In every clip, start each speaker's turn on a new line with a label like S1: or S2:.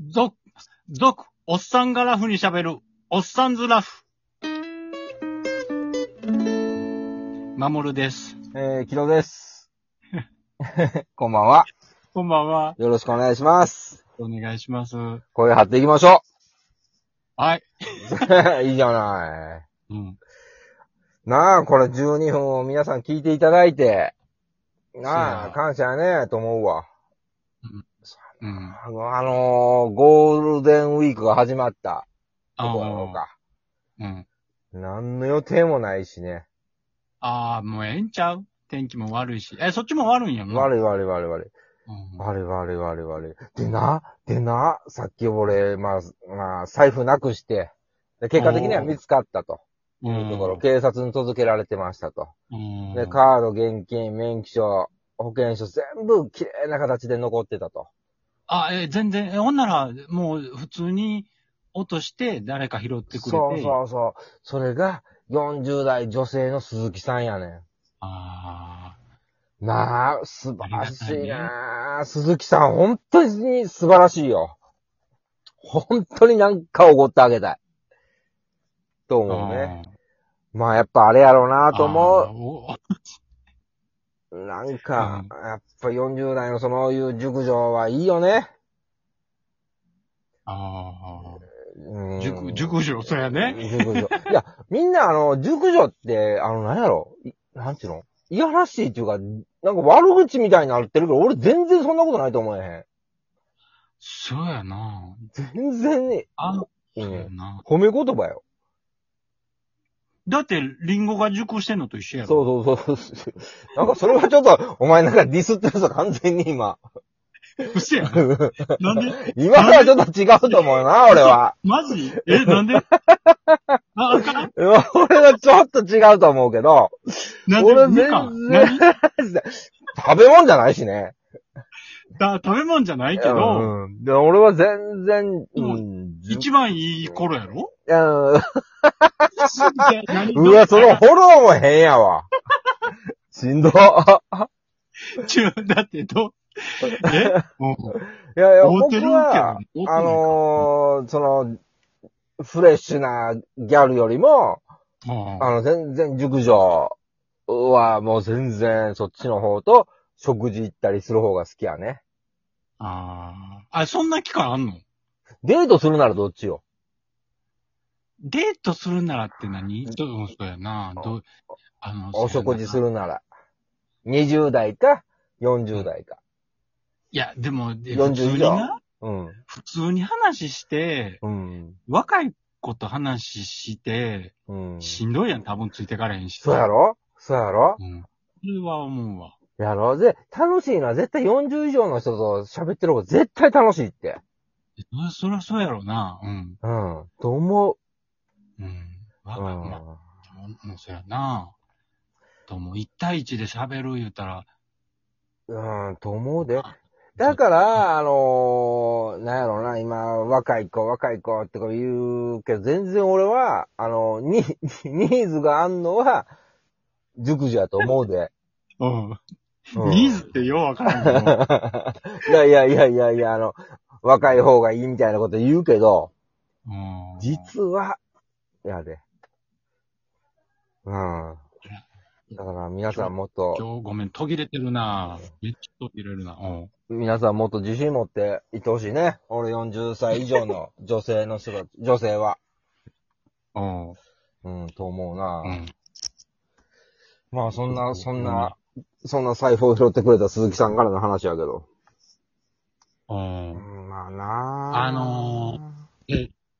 S1: 続、続、おっさんがラフに喋る、おっさんずラフ。まもるです。
S2: えー、木戸です。 こんばんは。
S1: こんばんは。
S2: よろしくお願いします。
S1: お願いします。
S2: 声張っていきましょ
S1: はい。
S2: う。 いいじゃな
S1: うん。
S2: い。なあ、これ12分を皆さん聞いていただいて、
S1: い
S2: なあ、
S1: や
S2: 感謝やね、と思うわ。
S1: うん。
S2: あの、あのーゴールデンウィークが始まったとこやろう
S1: あ
S2: か。
S1: ーうん。
S2: 何の予定もないしね。
S1: ああ、もうええんちゃう天気も悪いし。え、そっちも悪いんやもん。
S2: 悪い悪い悪い悪い。
S1: うん
S2: 悪い悪い悪い悪い。でな、でな、さっき俺、まあ、まあ、財布なくして、で結果的には見つかったと。
S1: う
S2: いうところ、
S1: ん。
S2: 警察に届けられてましたと。
S1: うん。
S2: で、カード、現金、免許証、保険証、全部綺麗な形で残ってたと。
S1: あ、え、全然、え、ほんなら、もう普通に落として誰か拾ってくれて。
S2: そうそうそう。それが、40代女性の鈴木さんやね
S1: あ
S2: ん。なあ、素晴らし
S1: あり
S2: い
S1: が
S2: なあ、鈴木さん、本当に素晴らしいよ。本当になんかおごってあげたい。と
S1: あ。
S2: 思うね。まあやっぱあれやろうなと思う。
S1: 思う。
S2: なんか、やっぱ40代のそういう熟女はいいよね。
S1: あ
S2: う
S1: あ。
S2: ん
S1: 熟、熟女、そうやね。
S2: 熟女。いや、みんなあの、熟女って、あの、なんやろいなんていうのいやらしいっていうか、なんか悪口みたいになってるけど、俺全然そんなことないと思えへん。
S1: そうやな。
S2: 全然ね、
S1: あの、
S2: う
S1: そうや
S2: ん、
S1: な。
S2: 褒め言葉よ。
S1: だって、リンゴが熟してんのと一緒やろ。う。
S2: そうそうそう。なんかそれはちょっと、お前なんかディスってるぞ、完全に今。
S1: 嘘やん。 なんで
S2: 今のはちょっと違うと思うな、俺は。
S1: マジえ、なん であ、あかん
S2: 俺はちょっと違うと思うけど、
S1: なん
S2: 俺
S1: でみかん
S2: 全
S1: 何
S2: 然、食べ物じゃないしね。
S1: だ食べ物じゃないけど、
S2: うん、で俺は全然、、
S1: もうん一番いい頃や ろ
S2: うん
S1: じゃあ何
S2: うわ、そのフォローも変や わ。しんど。い
S1: ちゅうだって ど、えもう、
S2: やいや、
S1: 合う
S2: 僕
S1: てるけど
S2: は、あのー、その、フレッシュなギャルよりも、
S1: も
S2: あの、全然熟女はもう全然そっちの方と食事行ったりする方が好きやね。
S1: ああ。あ、そんな期間あんの
S2: デートするならどっちよ。
S1: デートするならって何どうそうやな。どうあの、
S2: お食事す
S1: る。
S2: るなら。20代か、40代か。
S1: いや、でも、で普
S2: 40
S1: 通にな、
S2: うん。
S1: 普通に話して、
S2: うん。
S1: 若い子と話して、
S2: うん。
S1: しんどいやん、多分ついてかれへんし。
S2: そうやろそうやろ
S1: うん。それは思うわ。
S2: やろで、楽しいのは絶対40以上の人と喋ってる方が絶対楽しいって。
S1: そそりゃそうやろな。うん。
S2: うん。と思う。
S1: うん。
S2: う
S1: わ
S2: ん。
S1: かる。まあ、もうそうやな。とも、一対一で喋る言うたら、
S2: うん、と思うで。だから、あのー、なんやろな、今、若い子、若い子ってこう言うけど、全然俺は、あの、に、 ニーズがあんのは、熟女やと思うで。
S1: うん。
S2: うん
S1: ニーズってようわからんけど。
S2: いやいやいやいやいや、あの、若い方がいいみたいなこと言うけど、
S1: うん
S2: 実は、やで。うん。だから皆さんもっと、
S1: 今日ごめん、途切れてるなめっちゃ途切れるなうん。
S2: 皆さんもっと自信持っていってほしいね。俺40歳以 上の女性の人が、女性は。
S1: うん。
S2: うん、と思うな、
S1: うん。
S2: まあそんな、そんな、そんな財布を拾ってくれた鈴木さんからの話やけど。
S1: うん。
S2: うんまあな
S1: あの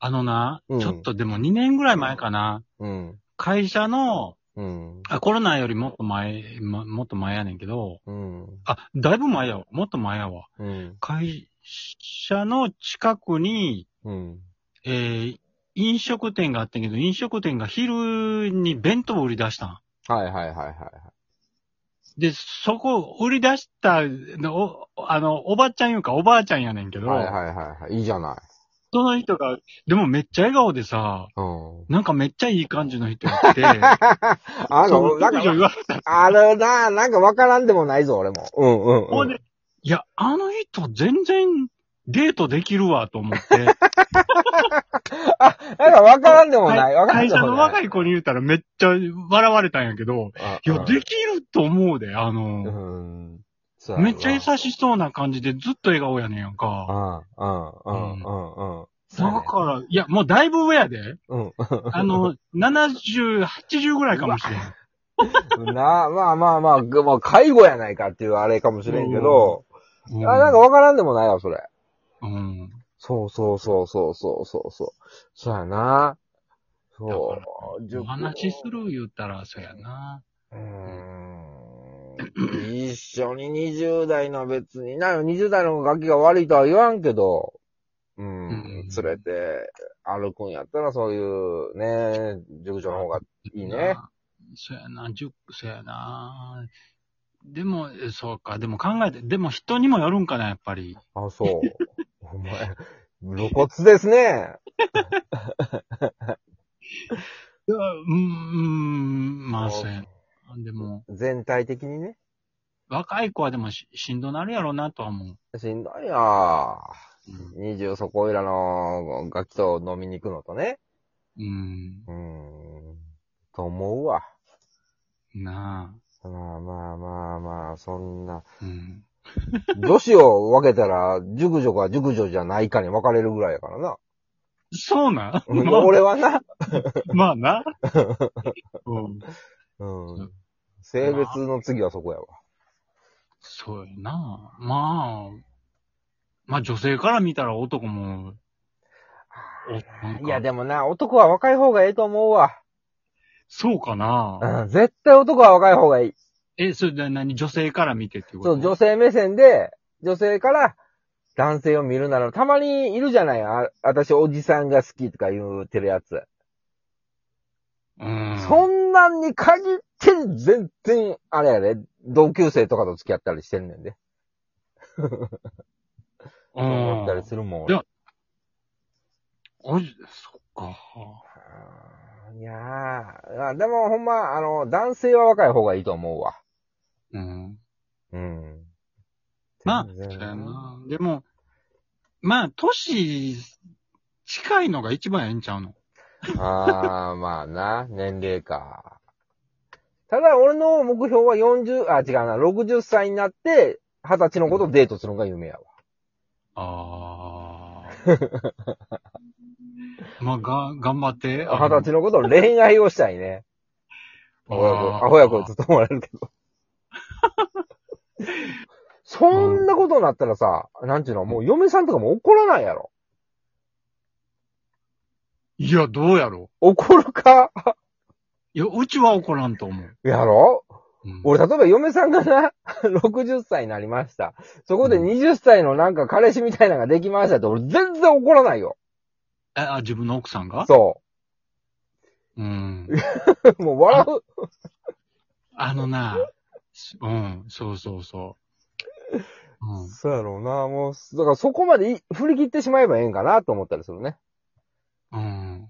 S1: あのな、
S2: うん
S1: ちょっとでも2年ぐらい前かな、
S2: うん、
S1: 会社の、
S2: うん、
S1: あ、コロナよりもっと前、ま、もっと前やねんけど、
S2: うん、
S1: あ、だいぶ前やわ。もっと前やわ。
S2: うん、
S1: 会社の近くに、
S2: うん。
S1: えー飲食店があったけど、飲食店が昼に弁当を売り出したん。
S2: はいはいはいはい。
S1: で、そこ、売り出したの、おあの、おばちゃんいうか、おばあちゃんやねんけど、
S2: はいはいはいはい。いいじゃない。
S1: その人が、でもめっちゃ笑顔でさ、
S2: うん。
S1: なんかめっちゃいい感じの人や って、
S2: あ
S1: そ
S2: の、なん
S1: 熟女
S2: か、
S1: 言われた。
S2: あるな、なんかわからんでもないぞ、俺も。うんうん、
S1: ほ
S2: うんん。
S1: で、いや、あの人全然デートできるわと思 って、
S2: あ、なんかわからんでもない。わからん
S1: 会
S2: で
S1: 社
S2: も
S1: の
S2: ない。
S1: 若い子に言ったらめっちゃ笑われたんやけど、
S2: あ
S1: いや、
S2: うん
S1: できると思うで、あ
S2: う
S1: の、
S2: ん。そうやろな
S1: めっちゃ優しそうな感じでずっと笑顔やねんやんか。
S2: うん、うん、うん、うん。そうや
S1: だ
S2: ね
S1: から、いや、もうだいぶ上やで。
S2: うん。
S1: あの、70、80ぐらいかもしれん。
S2: な、まあまあまあ、ぐまあ、介護やないかっていうあれかもしれんけど、
S1: う
S2: あ、なんかわからんでもないわ、それ。
S1: うん。
S2: そうそうそうそうそうそうそう。そうやな。そう。
S1: お話しする言うたら、そうやな。
S2: うーん。一緒に20代の別に、な、20代のガキが悪いとは言わんけど、うん、
S1: うん
S2: 連れて歩くんやったらそういうね、塾長の方がいいね。
S1: そうやな、10、そうやな。でも、えそうか、でも考えて、でも人にもよるんかな、やっぱり。
S2: あ、そう。お前、露骨です
S1: い
S2: ね。
S1: やうーん、まあ、
S2: あ
S1: そうやな。でも、
S2: 全体的にね。
S1: 若い子はでもししんどなるやろうなとは思う。
S2: しんどいよ。
S1: うん
S2: 20そこいらのガキと飲みに行くのとね。
S1: うん、
S2: うーん。と思うわ。
S1: な
S2: まあまあまあまあ、そんな。
S1: あ。うん。
S2: 女子を分けたら、熟女か熟女じゃないかに分かれるぐらいやからな。
S1: そうなんまあ
S2: 俺はな。
S1: まあ な。うん、
S2: うん。性別の次はそこやわ。
S1: そうやな。まあ、まあ女性から見たら男も、おなんか
S2: いやでもな、男は若い方がええと思うわ。
S1: そうかな。
S2: うん、絶対男は若い方がいい。
S1: え、それで何女性から見てっていうこ
S2: そ
S1: と
S2: う、女性目線で、女性から男性を見るなら、たまにいるじゃないあ、私おじさんが好きとか言うてるやつ。
S1: うん。
S2: そんなんに限って、全然、あれやで、同級生とかと付き合ったりしてんねんで。
S1: う
S2: そうん思ったりするもん。
S1: いやおじそっか。
S2: いやーあでもほんま、あの、男性は若い方がいいと思うわ。
S1: うん。
S2: うん。
S1: まあ、
S2: 全
S1: そう
S2: 然
S1: やな。でも、まあ、年、近いのが一番ええんちゃうの
S2: あー、まあな、年齢か。ただ、俺の目標は40、あ、違うな、60歳になって、20歳のことをデートするのが夢やわ。
S1: ああ。 まあ、が、頑張って。あの
S2: 20歳のことを恋愛をしたいね。アホやこ、アホやこ、ずっと思われるけど。 そんなことになったらさ、なんちゅうの、もう嫁さんとかも怒らないやろ。
S1: いや、どうやろ
S2: 怒るか
S1: う。いや、うちは怒らんと思う。
S2: やろ
S1: うん
S2: 俺、例えば嫁さんがな、60歳になりました。そこで
S1: うん
S2: 20歳のなんか彼氏みたいなのができましたって、俺全然怒らないよ。
S1: えあ、自分の奥さんが
S2: そ
S1: うん。
S2: う。 もう笑う。
S1: あのな、うん、そうそうそう。うん、
S2: そうやろうな、もう、だからそこまでい振り切ってしまえばええんかなと思ったりするね。
S1: うん。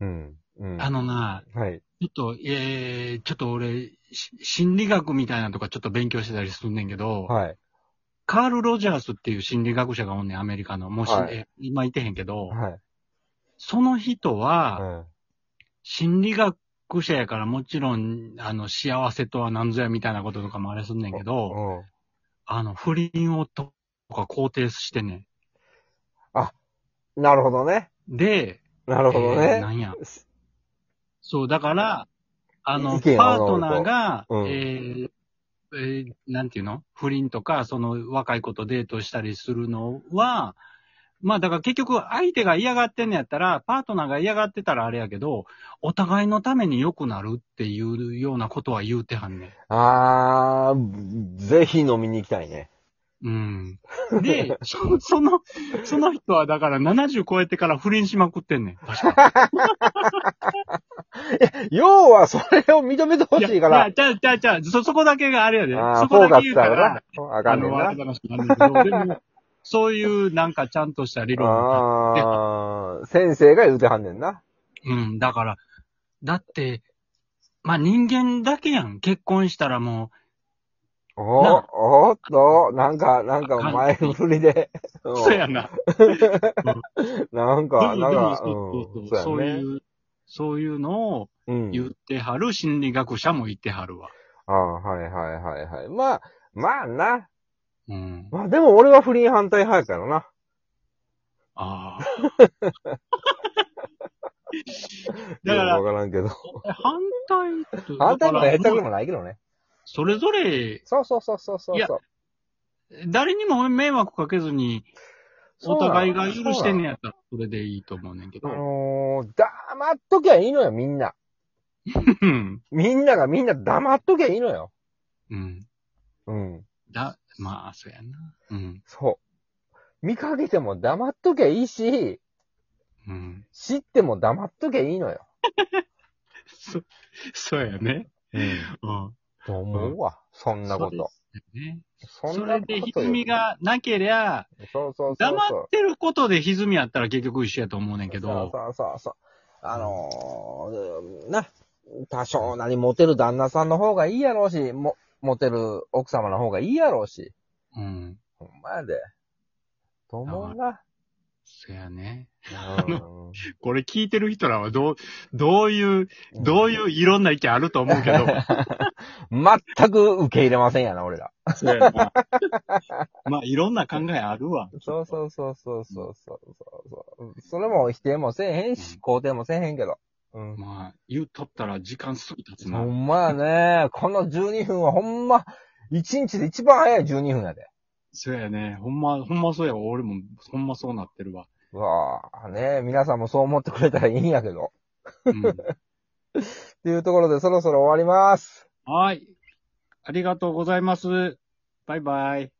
S2: うん。うん。
S1: あのな、
S2: はい。
S1: ちょっと、えー、ちょっと俺、し心理学みたいなのとかちょっと勉強してたりするねんけど、
S2: はい。
S1: カール・ロジャースっていう心理学者がおんねん、アメリカの。もうし、
S2: はい
S1: え今いてへんけど、
S2: はい。
S1: その人
S2: う
S1: は、
S2: ん。
S1: 心理学者やからもちろん、あの、幸せとは何ぞやみたいなこととかもあれすんねんけど、
S2: うん。
S1: あの、不倫をとか肯定してね。
S2: なるほどね。
S1: で、
S2: なるほど
S1: えー
S2: ね。
S1: なんや。そう、だから、あの、
S2: 意
S1: パ
S2: 見が
S1: ー
S2: 合うの
S1: トナーが、
S2: うん
S1: えーえーなんていうの不倫とか、その若い子とデートしたりするのは、まあだから結局相手が嫌がってんのやったら、パートナーが嫌がってたらあれやけど、お互いのために良くなるっていうようなことは言うてはんねん。
S2: あー、ぜひ飲みに行きたいね。
S1: うん。 で、そその、その人はだから70超えてから不倫しまくってんねん。確か。
S2: 要は、それを認めてほしいから。
S1: や。じゃあ、じゃあ、じゃあ、そ、そこだけがあれやで。
S2: ああ、
S1: そ
S2: フォ
S1: こ
S2: ーカ
S1: だ
S2: ス
S1: け言う
S2: さ
S1: か
S2: れ
S1: ら、
S2: な。あか
S1: あ
S2: んねん
S1: の、
S2: な
S1: あれ。だかもしれないけど、でも、そういうなんかちゃんとした理論。
S2: ああ、 先生が言うてはんねんな。
S1: うん、だから、だって、まあ人間だけやん。結婚したらも
S2: お
S1: な
S2: おっと、なんか、なんか前振りで。うん
S1: そうやな。
S2: なん
S1: で
S2: か、
S1: も
S2: なん
S1: でも
S2: か、
S1: そうそううんそう。そう
S2: やね
S1: いう、そういうのを
S2: うん
S1: 言ってはる心理学者も言ってはるわ。
S2: ああ、はいはいはいはい。まあ、まあな。
S1: うん。
S2: まあでも俺は不倫反対派やからな。
S1: ああ。だか
S2: よ
S1: ら
S2: く、わからんけど。
S1: 反対って
S2: 反対の方がやりたくも
S1: だから
S2: ないけどね。
S1: それぞれ、
S2: そうそうそうそうそう。
S1: いや誰にも迷惑かけずに、お互いが許してんね
S2: や。
S1: やったら、それでいいと思うねんけ
S2: あ
S1: ど。
S2: のー、黙っときゃいいのよ、みんな。
S1: うん。
S2: みんながみんな黙っときゃいいのよ。
S1: うん。
S2: うん。
S1: だ、まあ、そうやな。うん。
S2: そう。見かけても黙っときゃいいし、
S1: うん。
S2: 知っても黙っときゃいいのよ。
S1: そ、そうやね。
S2: うん。
S1: うん。
S2: と思うわ。そんなこと。
S1: そうですね。
S2: そ
S1: そ
S2: んな
S1: れ
S2: こ
S1: で
S2: とよ
S1: 歪み。がなけりゃ、
S2: そうそうそうそう。
S1: 黙ってることで歪みあったら結局一緒やと思うねんけど
S2: そ、うそうそうそう。あのー、な、多少なりモテる旦那さんの方がいいやろうし、も、モテる奥様の方がいいやろうし。
S1: うん。
S2: ほんまやで。と思うな。
S1: そやね。
S2: うん
S1: これ聞いてる人らはどう、どういう、どういういろんな意見あると思うけど、
S2: 全く受け入れませんやな、俺ら。
S1: そうやな。まあ、いろんな考えあるわ。
S2: そうそうそうそうそうそうそう。それも否定もせえへんし、肯定もせえへんけど。うん。
S1: まあ、言うとったら時間すぐ経つ
S2: ほ
S1: な。
S2: んまやね。この12分はほんま、1日で一番早い12分やで。
S1: そうやね。ほんま、ほんまそうやわ。俺も、ほんまそうなってるわ。
S2: うわあ、ねえ皆さんもそう思ってくれたらいいんやけど。
S1: うん、
S2: っていうところでそろそろ終わります。
S1: はい。ありがとうございます。バイバイ。